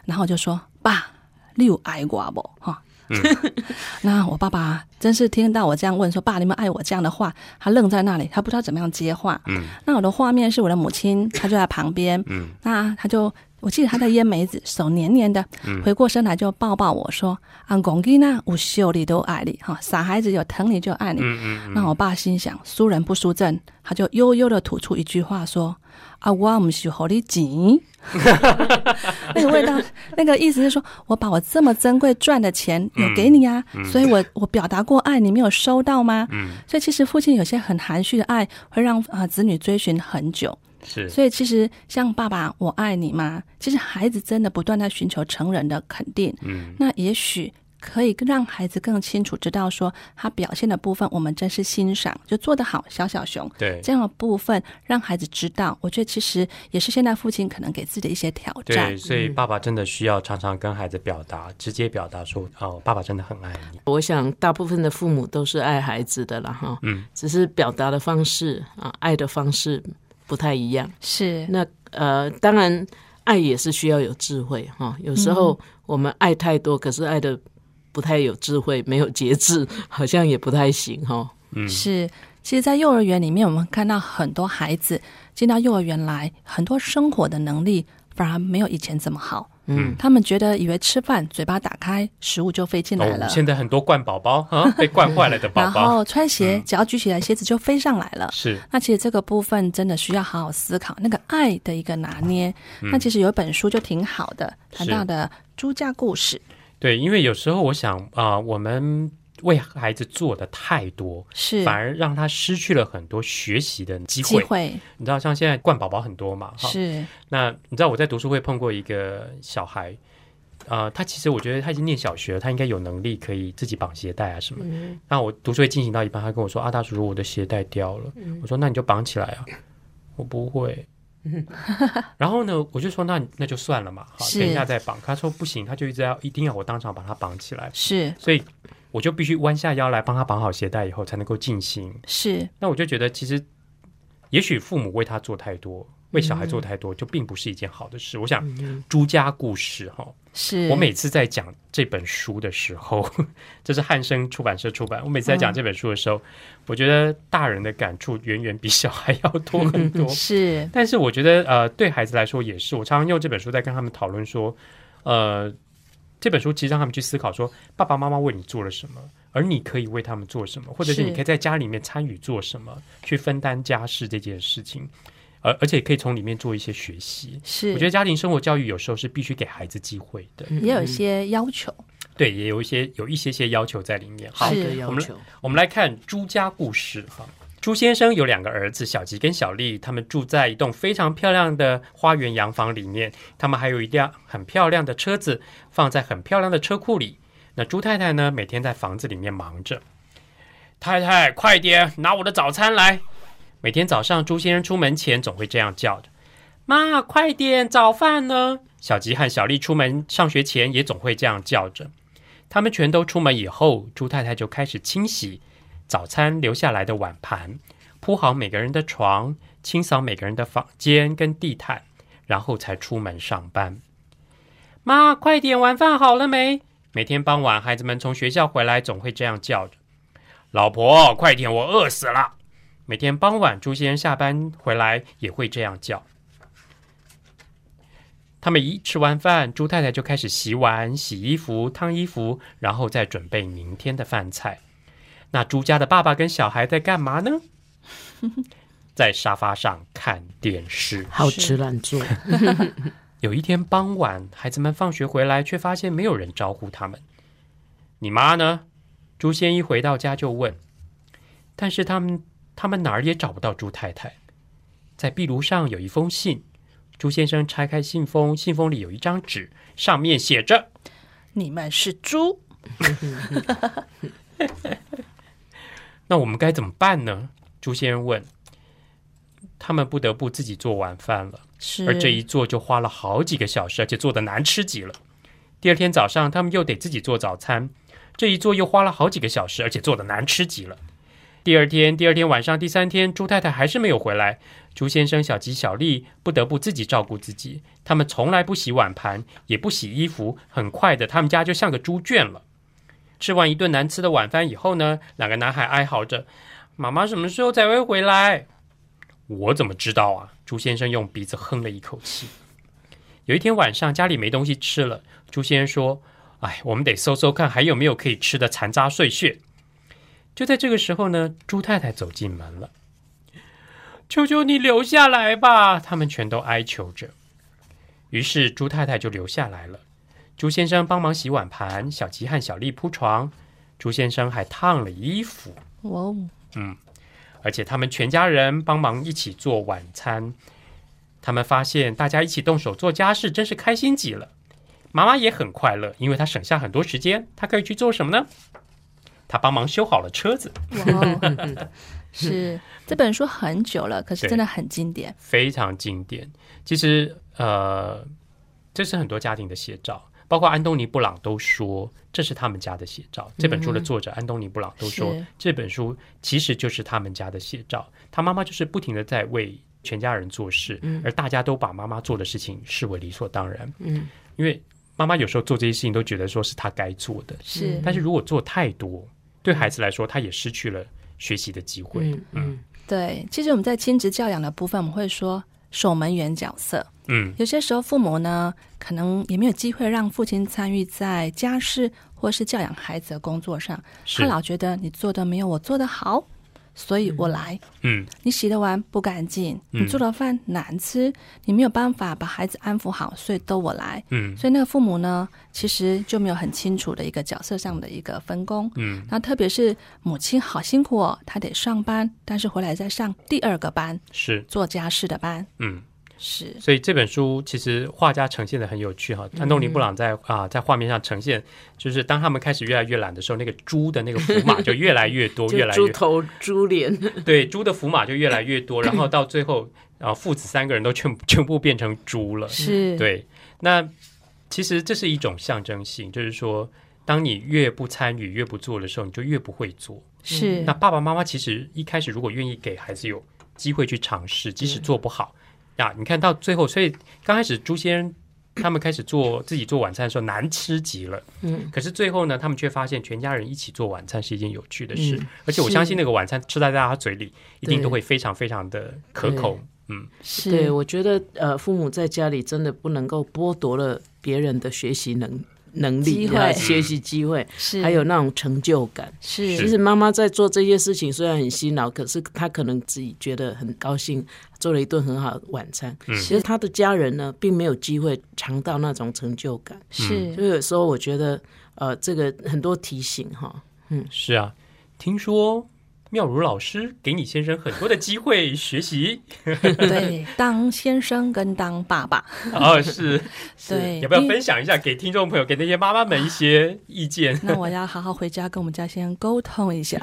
然后我就说：“爸，你有爱我不？”哈、
嗯
那我爸爸真是听到我这样问说：“爸，你们爱我这样的话？”他愣在那里，他不知道怎么样接话。
嗯
那我的画面是我的母亲，她就在旁边，
嗯
那她就我记得她在腌梅子，手黏黏的，
嗯
回过身来就抱抱我说：“啊，公鸡呢，有秀你都爱你哈，傻孩子有疼你就爱你。
嗯嗯
那我爸心想：“输人不输阵。”他就悠悠的吐出一句话说：“啊，我唔是好你钱。” 那个味道，那个意思是说，我把我这么珍贵赚的钱
嗯
有给你啊，所以我我表达过爱，你没有收到吗？
嗯，
所以其实父亲有些很含蓄的爱，会让啊、呃子女追寻很久。
是，
所以其实像爸爸我爱你吗？其实孩子真的不断在寻求成人的肯定。
嗯
那也许可以让孩子更清楚知道说他表现的部分，我们真是欣赏，就做得好，小小熊。
对
这样的部分让孩子知道，我觉得其实也是现在父亲可能给自己的一些挑战
对，。所以爸爸真的需要常常跟孩子表达，直接表达说哦，爸爸真的很爱你。
我想大部分的父母都是爱孩子的了哈，
嗯，
只是表达的方式啊，爱的方式不太一样。
是，
那呃，当然，爱也是需要有智慧哈。有时候
嗯
我们爱太多，可是爱的不太有智慧，没有节制，好像也不太行哈。
嗯
是，其实，在幼儿园里面，我们看到很多孩子进到幼儿园来，很多生活的能力反而没有以前这么好。
嗯，
他们觉得以为吃饭嘴巴打开，食物就飞进来了
哦，，现在很多惯宝宝啊，被惯坏了的宝
然
宝
后穿鞋，
嗯
只要举起来鞋子就飞上来了。
是，
那其实这个部分真的需要好好思考那个爱的一个拿捏。
嗯
那其实有一本书就挺好的，谈到的猪价故事
对，因为有时候我想啊、我们为孩子做的太多，
是
反而让他失去了很多学习的机
机
会。
会
你知道，像现在惯宝宝很多嘛，哈。
是
那你知道我在读书会碰过一个小孩，啊，他其实我觉得他已经念小学了，他应该有能力可以自己绑鞋带啊什么。
嗯
那我读书会进行到一半，他跟我说：“啊，大叔，我的鞋带掉了。
嗯
我说：“那你就绑起来啊。”我不 会。然后呢，我就说：“那那就算了嘛，好，
是
等一下再绑。”他说：“不行，他就一直要一定要我当场把它绑起来，
是
所以我就必须弯下腰来帮他绑好鞋带，以后才能够进行。”
是
那我就觉得，其实也许父母为他做太多，为小孩做太多，就并不是一件好的事。我想，朱家故事哈，
是，。
我每次在讲这本书的时候， 这是汉生出版社出版。我每次在讲这本书的时候，我觉得大人的感触远远比小孩要多很多
是
但是我觉得，呃，对孩子来说也是。我常常用这本书在跟他们讨论说，呃，这本书其实让他们去思考说，爸爸妈妈为你做了什么，而你可以为他们做什么，或者是
是
你可以在家里面参与做什么，去分担家事这件事情，而而且可以从里面做一些学习。
是，嗯
我觉得家庭生活教育有时候是必须给孩子机会的，
也有一些要求
对，也有一些有一些些要求在里面。好
爱，的
是
我
要
们
求，
我们来看朱家故事哈。朱先生有两个儿子小吉跟小丽，他们住在一栋非常漂亮的花园洋房里面，他们还有一辆很漂亮的车子放在很漂亮的车库里。那朱太太呢，每天在房子里面忙着。太太，快点拿我的早餐来！每天早上，朱先生出门前总会这样叫着：“妈，快点，早饭呢？”小吉和小丽出门上学前也总会这样叫着。他们全都出门以后，朱太太就开始清洗早餐留下来的碗盘，铺好每个人的床，清扫每个人的房间跟地毯，然后才出门上班。妈，快点，晚饭好了没？每天傍晚，孩子们从学校回来总会这样叫着：“老婆，快点，我饿死了。”每天傍晚，朱先生下班回来也会这样叫。他们一吃完饭，朱太太就开始洗碗、洗衣服、烫衣服，然后再准备明天的饭菜。那朱家的爸爸跟小孩在干嘛呢？ 在沙发上看电视。
好吃懒做，
有一天傍晚，孩子们放学回来，却发现没有人招呼他们。你妈呢？朱仙一回到家就问，但是他们他们哪儿也找不到朱太太。在壁炉上有一封信，朱先生拆开信封，信封里有一张纸，上面写着
你们是猪，：“
那我们该怎么办呢？”朱先生问。他们不得不自己做晚饭了，
是
而这一做就花了好几个小时，而且做的难吃极了。第二天早上，他们又得自己做早餐，这一做又花了好几个小时，而且做的难吃极了。第二天，第二天晚上，第三天，朱太太还是没有回来。朱先生、小吉、小丽不得不自己照顾自己。他们从来不洗碗盘，也不洗衣服。很快的，他们家就像个猪圈了。吃完一顿难吃的晚饭以后呢，两个男孩哀嚎着：“妈妈什么时候才会回来？”我怎么知道啊？朱先生用鼻子哼了一口气。有一天晚上，家里没东西吃了，朱先生说：“哎，我们得搜搜看还有没有可以吃的残渣碎屑。”就在这个时候呢，朱太太走进门了，“求求你留下来吧！”他们全都哀求着。于是朱太太就留下来了。朱先生帮忙洗碗盘，小吉和小丽铺床，朱先生还烫了衣服。
哇哦，
而且他们全家人帮忙一起做晚餐。他们发现大家一起动手做家事，真是开心极了。妈妈也很快乐，因为她省下很多时间。她可以去做什么呢？她帮忙修好了车子，
哇哦， 是这本书很久了，可是
对
真的很经典，
非常经典。其实，呃，这是很多家庭的写照，包括安东尼·布朗都说这是他们家的写照。这本书的作者安东尼·布朗都说，
是
这本书其实就是他们家的写照。他妈妈就是不停的在为全家人做事，而大家都把妈妈做的事情视为理所当然。
嗯，
因为妈妈有时候做这些事情都觉得说是她该做的，
是
但是如果做太多，对孩子来说，他也失去了学习的机会。
嗯嗯
对。其实我们在亲职教养的部分，我们会说守门员角色，
嗯
有些时候父母呢，可能也没有机会让父亲参与在家事或是教养孩子的工作上，
是
他老觉得你做的没有我做的好，所以我来。
嗯
你洗的碗不干净，
嗯
你做的饭难吃，你没有办法把孩子安抚好，所以都我来。
嗯
所以那个父母呢，其实就没有很清楚的一个角色上的一个分工。
嗯，
那特别是母亲好辛苦哦，她得上班，但是回来再上第二个班，
是
做家事的班。
嗯。
是
所以这本书其实画家呈现的很有趣哈，安东尼·
嗯
布朗在啊、在画面上呈现，就是当他们开始越来越懒的时候，那个猪的那个符码就越来越多，
就
越来
猪
越
头猪脸，
对猪的符码就越来越多，然后到最后啊、父子三个人都全全部变成猪了。
是，
嗯对，那其实这是一种象征性，就是说，当你越不参与、越不做的时候，你就越不会做。
是
嗯那爸爸妈妈其实一开始如果愿意给孩子有机会去尝试，即使做不好呀，你看到最后，所以刚开始朱先生他们开始做自己做晚餐的时候难吃极了，
嗯，
可是最后呢，他们却发现全家人一起做晚餐是一件有趣的事，
嗯
而且我
是
相信那个晚餐吃在大家嘴里，一定
对
都会非常非常的可口。嗯，
是，
对我觉得呃，父母在家里真的不能够剥夺了别人的学习能能力
机会
啊、学习机会，
是，
还有那种成就感。
是
其实妈妈在做这些事情虽然很辛劳，可是她可能自己觉得很高兴，做了一顿很好的晚餐。其实她的家人呢，并没有机会尝到那种成就感。
嗯
所
是
以有时候我觉得，呃，这个很多提醒哈，
是啊，听说妙如老师给你先生很多的机会学习
对，当先生跟当爸爸，
哦，是
对，
要不要
因为
分享一下给听众朋友、给那些妈妈们一些意见？
那我要好好回家跟我们家先生沟通 一下。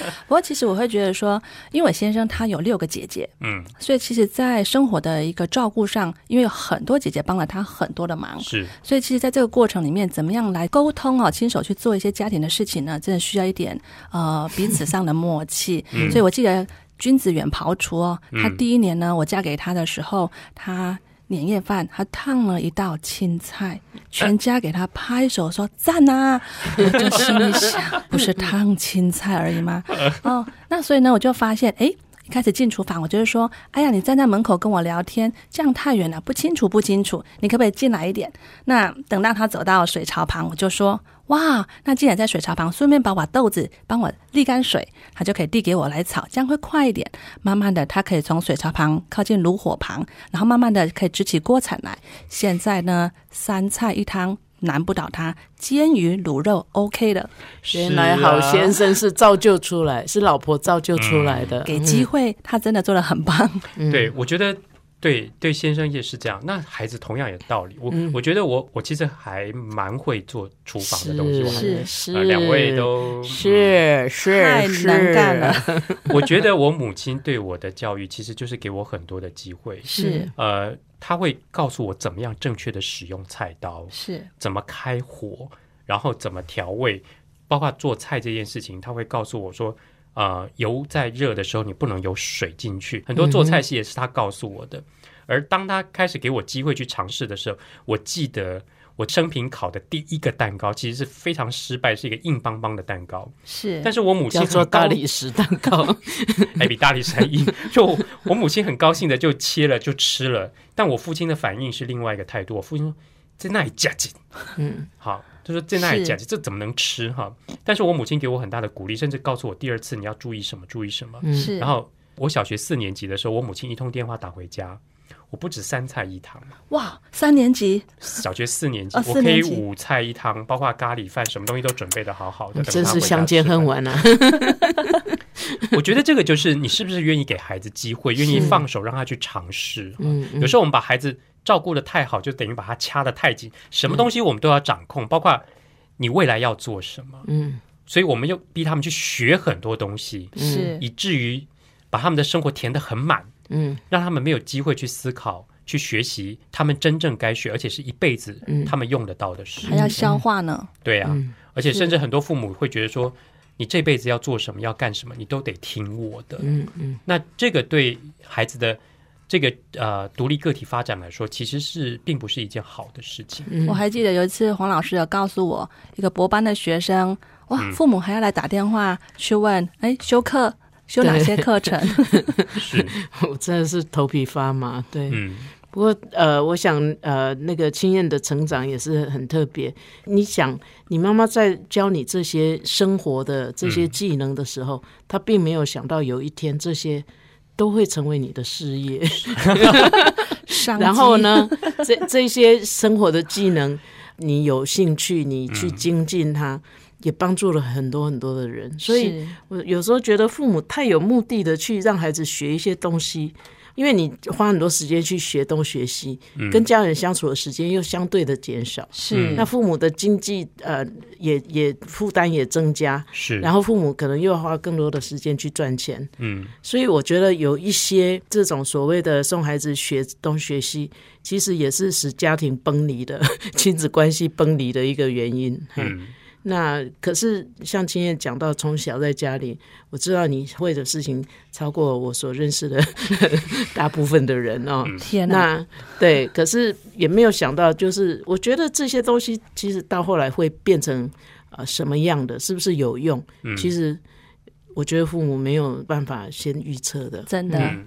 不过其实我会觉得说，因为我先生他有六个姐姐，
嗯，
所以其实，在生活的一个照顾上，因为有很多姐姐帮了他很多的忙，
是
所以其实在这个过程里面，怎么样来沟通啊，亲手去做一些家庭的事情呢？真的需要一点呃彼此上的默契。所以我记得君子远庖厨哦，他第一年呢，我嫁给他的时候，他。年夜饭，他烫了一道青菜，全家给他拍手说赞啊！ 我就心里想，不是烫青菜而已吗？哦，那所以呢，我就发现，诶，一开始进厨房，我就是说，哎呀，你站在门口跟我聊天，这样太远了，不清楚不清楚，你可不可以进来一点？那等到他走到水槽旁，我就说：“哇，那既然在水槽旁，顺便把我豆子帮我沥干水，他就可以递给我来炒，这样会快一点。慢慢的，他可以从水槽旁靠近炉火旁，然后慢慢的可以支起锅铲来。现在呢，三菜一汤难不倒他，煎鱼卤肉 OK 的，
啊
原来好先生是造就出来，是老婆造就出来的。
嗯
嗯
给机
会，
会，他真的做的很棒。
对，我觉得对对，先生也是这样。那孩子同样有道理。我、
嗯
我觉得我我其实还蛮会做厨房的东西，我还
是是
呃两位都嗯
是是
太
是
难干了，
我觉得我母亲对我的教育其实就是给我很多的机会，
嗯
是
呃，她会告诉我怎么样正确的使用菜刀，
是
怎么开火，然后怎么调味，包括做菜这件事情，他会告诉我说，呃，油在热的时候你不能有水进去。很多做菜戏也是他告诉我的。而当他开始给我机会去尝试的时候，我记得我生平烤的第一个蛋糕其实是非常失败，是一个硬邦邦的蛋糕。
是，
但是我母亲
叫做
很高
大理石蛋糕，
还比大力山硬。 就我我母亲很高兴的就切了就吃了，但我父亲的反应是另外一个态度。我父亲说：“在那里夹紧，
嗯，
好，他说在那里
是
夹紧，这怎么能吃哈？”但是我母亲给我很大的鼓励，甚至告诉我第二次你要注意什么，注意什么。
嗯
是，
然后我小学四年级的时候，我母亲一通电话打回家。我不止三菜一汤，
哇，三年级
小学四年级、
哦
我
四
可以
年级
五菜一汤，包括咖喱饭，什么东西都准备的好好的。等
哦真
她
是
回家
相见
吃饭
恨晚啊！
我觉得这个就是你是不是愿意给孩子机会，愿意
是
放手让他去尝试。
嗯
有时候我们把孩子照顾的太好，就等于把他掐的太紧，什
嗯
么东西我们都要掌控，包括你未来要做什么。
嗯，
所以我们又逼他们去学很多东西，
是
以至于把他们的生活填得很满，
嗯
让他们没有机会去思考、去学习他们真正该学，而且是一辈子
嗯
他们用得到的事。
还要消化呢，
对啊，
嗯
而且甚至很多父母会觉得说，你这辈子要做什么、要干什么，你都得听我的。
嗯嗯，
那这个对孩子的这个呃独立个体发展来说，其实是并不是一件好的事情。
嗯
我还记得有一次黄老师有告诉我，一个博班的学生，哇，父母还要来打电话去问，哎，修课修哪些课程？
是，
我真的是头皮发麻。对，
嗯，
不过呃，我想呃，那个青燕的成长也是很特别。你想，你妈妈在教你这些生活的这些技能的时候，她并没有想到有一天这些都会成为你的事业。
商机
然后？呢，这这些生活的技能，你有兴趣，你去精进它，也帮助了很多很多的人。所以
是
我有时候觉得父母太有目的的去让孩子学一些东西，因为你花很多时间去学东学西，跟家人相处的时间又相对的减少。
是
那父母的经济呃也也负担也增加，
是，
然后父母可能又要花更多的时间去赚钱，
嗯，
所以我觉得有一些这种所谓的送孩子学东学西，其实也是使家庭崩离的 亲子关系崩离的一个原因。嗯，
嗯，
那可是像青燕讲到，从小在家里，我知道你会的事情超过我所认识的 大部分的人哦。
天哪，
那对，可是也没有想到，就是我觉得这些东西其实到后来会变成呃什么样的，是不是有用？
嗯
其实我觉得父母没有办法先预测的。
真的。
嗯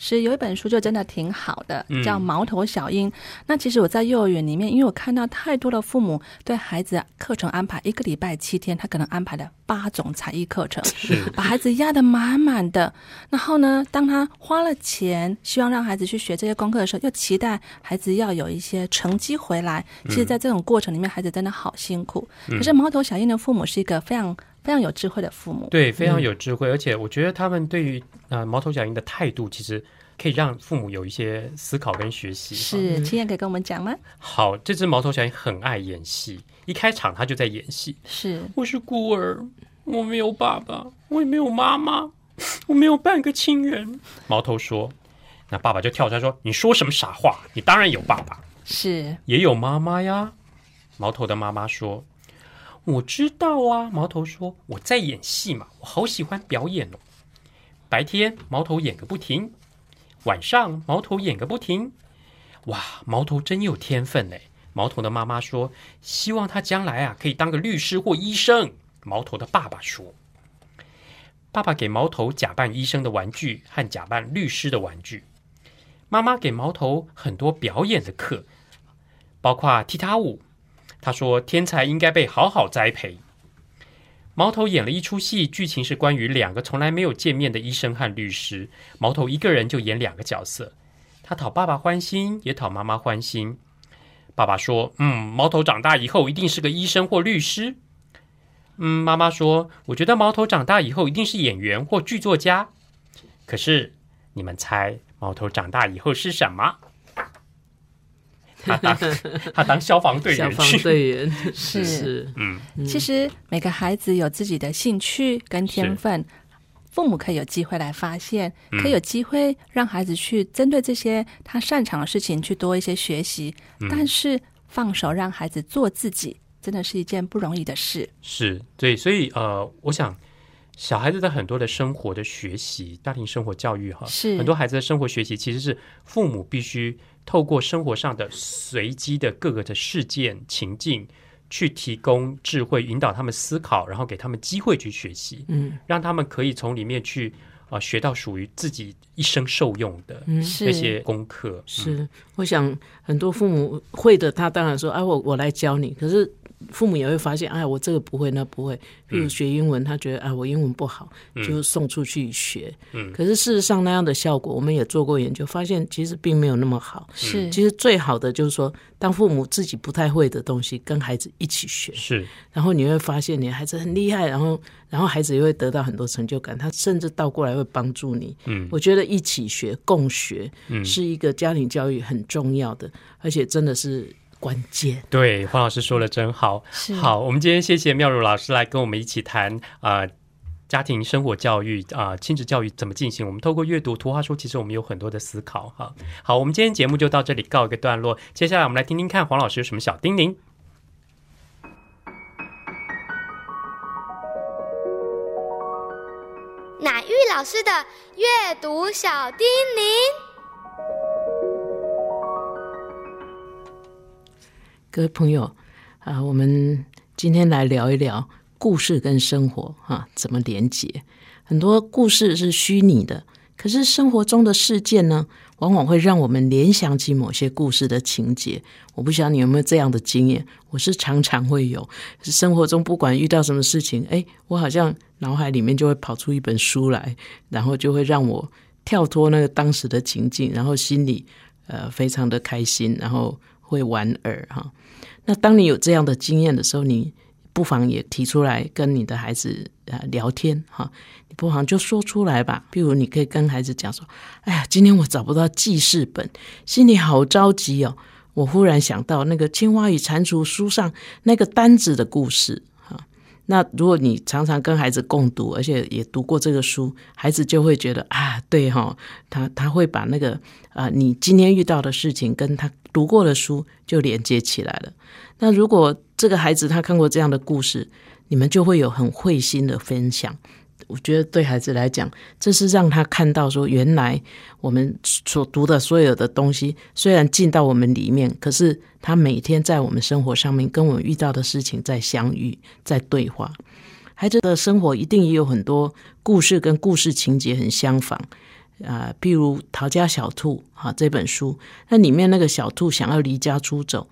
是有一本书就真的挺好的
嗯，
叫《毛头小鹰》。那其实我在幼儿园里面，因为我看到太多的父母对孩子课程安排一个礼拜七天，他可能安排了八种才艺课程，
是，
把孩子压得满满的。然后呢，当他花了钱，希望让孩子去学这些功课的时候，又期待孩子要有一些成绩回来。
嗯
其实，在这种过程里面，孩子真的好辛苦。可是毛头小鹰的父母是一个非常非常有智慧的父母。
嗯
对，非常有智慧，而且我觉得他们对于呃毛头小鹰的态度，其实可以让父母有一些思考跟学习。哈
是，青燕可以跟我们讲吗？
好，这只毛头小鹰很爱演戏，一开场它就在演戏。
是，
我是孤儿，我没有爸爸，我也没有妈妈，我没有半个亲人。毛头说，那爸爸就跳出来说：“你说什么傻话？你当然有爸爸，
是，
也有妈妈呀。”毛头的妈妈说：“我知道啊。”毛头说：“我在演戏嘛，我好喜欢表演哦。白天毛头演个不停，晚上毛头演个不停。哇，毛头真有天分嘞！”毛头的妈妈说：“希望他将来啊可以当个律师或医生。”毛头的爸爸说：“爸爸给毛头假扮医生的玩具和假扮律师的玩具。妈妈给毛头很多表演的课，包括踢踏舞。他说天才应该被好好栽培。”毛头演了一出戏，剧情是关于两个从来没有见面的医生和律师。毛头一个人就演两个角色，他讨爸爸欢心，也讨妈妈欢心。爸爸说：“嗯，毛头长大以后一定是个医生或律师。”嗯，妈妈说：“我觉得毛头长大以后一定是演员或剧作家。”可是你们猜，猫头长大以后是什么？他当 他当消防队
消
员
防
去，
队员
是
是
嗯，
其实每个孩子有自己的兴趣跟天分，父母可以有机会来发现，
嗯
可以有机会让孩子去针对这些他擅长的事情去多一些学习，
嗯
但是放手让孩子做自己，真的是一件不容易的事。
是对，所以呃，我想小孩子的很多的生活的学习、家庭生活教育哈，
是
很多孩子的生活学习其实是父母必须透过生活上的随机的各个的事件情境。去提供智慧，引导他们思考，然后给他们机会去学习，
嗯
让他们可以从里面去啊、呃学到属于自己一生受用的
嗯
这
是
些功课。嗯
是，我想很多父母会的，他当然说啊，我我来教你。可是父母也会发现，哎，我这个不会，那不会。譬
嗯
如学英文，他觉得啊，我英文不好，就送出去学。
嗯
可是事实上那样的效果，我们也做过研究，发现其实并没有那么
嗯
好。
是
其实最好的就是说，当父母自己不太会的东西，跟孩子一起学，
是，
然后你会发现你的孩子很厉害，然后然后孩子也会得到很多成就感，他甚至倒过来会帮助你。
嗯
我觉得一起学、共学
嗯，
是一个家庭教育很重要的，而且真的是关键。
对，黄老师说的真好。
是
好，我们今天谢谢妙如老师来跟我们一起谈啊、呃家庭生活教育啊、呃亲子教育怎么进行。我们透过阅读图画书，其实我们有很多的思考哈。好，我们今天节目就到这里告一个段落。接下来我们来听听看黄老师有什么小叮咛。
乃玉老师的阅读小叮咛。
各位朋友啊、我们今天来聊一聊故事跟生活啊怎么连结。很多故事是虚拟的，可是生活中的事件呢，往往会让我们联想起某些故事的情节。我不知道你有没有这样的经验，我是常常会有。生活中不管遇到什么事情，哎，我好像脑海里面就会跑出一本书来，然后就会让我跳脱那个当时的情境，然后心里呃非常的开心，然后会莞尔哈。那当你有这样的经验的时候，你不妨也提出来跟你的孩子呃聊天哈，你不妨就说出来吧。比如你可以跟孩子讲说：“哎呀，今天我找不到记事本，心里好着急哦。我忽然想到那个《青蛙与蟾蜍》书上那个单子的故事。”哈，那如果你常常跟孩子共读，而且也读过这个书，孩子就会觉得啊，对哈、他他会把那个啊、呃你今天遇到的事情跟他读过的书就连接起来了。那如果这个孩子他看过这样的故事，你们就会有很会心的分享。我觉得对孩子来讲，这是让他看到说，原来我们所读的所有的东西，虽然进到我们里面，可是他每天在我们生活上面跟我们遇到的事情在相遇，在对话。孩子的生活一定也有很多故事跟故事情节很相仿，啊、譬如《逃家小兔》啊这本书，那里面那个小兔想要离家出走，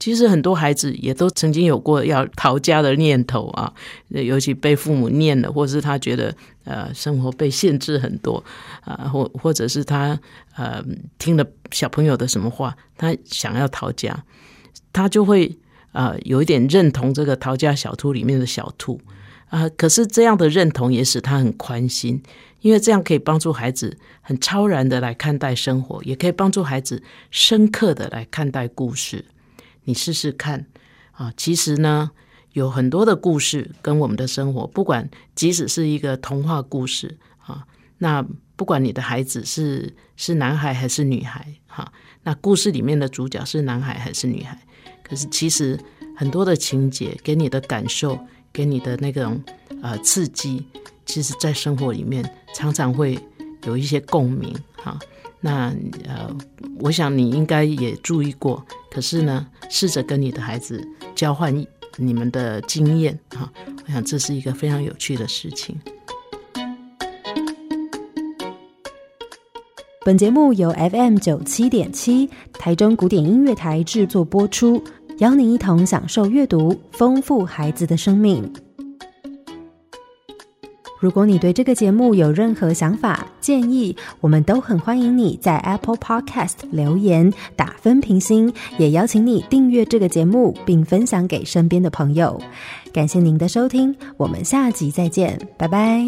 其实很多孩子也都曾经有过要逃家的念头啊，尤其被父母念了，或是他觉得呃生活被限制很多啊、或或者是他呃听了小朋友的什么话，他想要逃家，他就会呃有一点认同这个《逃家小兔》里面的小兔啊、可是这样的认同也使他很宽心，因为这样可以帮助孩子很超然的来看待生活，也可以帮助孩子深刻的来看待故事。你试试看啊。其实呢，有很多的故事跟我们的生活，不管即使是一个童话故事啊，那不管你的孩子是是男孩还是女孩哈、那故事里面的主角是男孩还是女孩，可是其实很多的情节给你的感受，给你的那种呃刺激，其实在生活里面常常会有一些共鸣哈。那呃，我想你应该也注意过，可是呢，试着跟你的孩子交换你们的经验哈、我想这是一个非常有趣的事情。
本节目由 FM 九七点七台中古典音乐台制作播出，邀您一同享受阅读，丰富孩子的生命。如果你对这个节目有任何想法、建议，我们都很欢迎你在 Apple Podcast 留言打分评星，也邀请你订阅这个节目并分享给身边的朋友。感谢您的收听，我们下集再见，拜拜。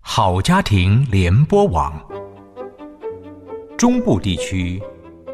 好家庭联播网，中部地区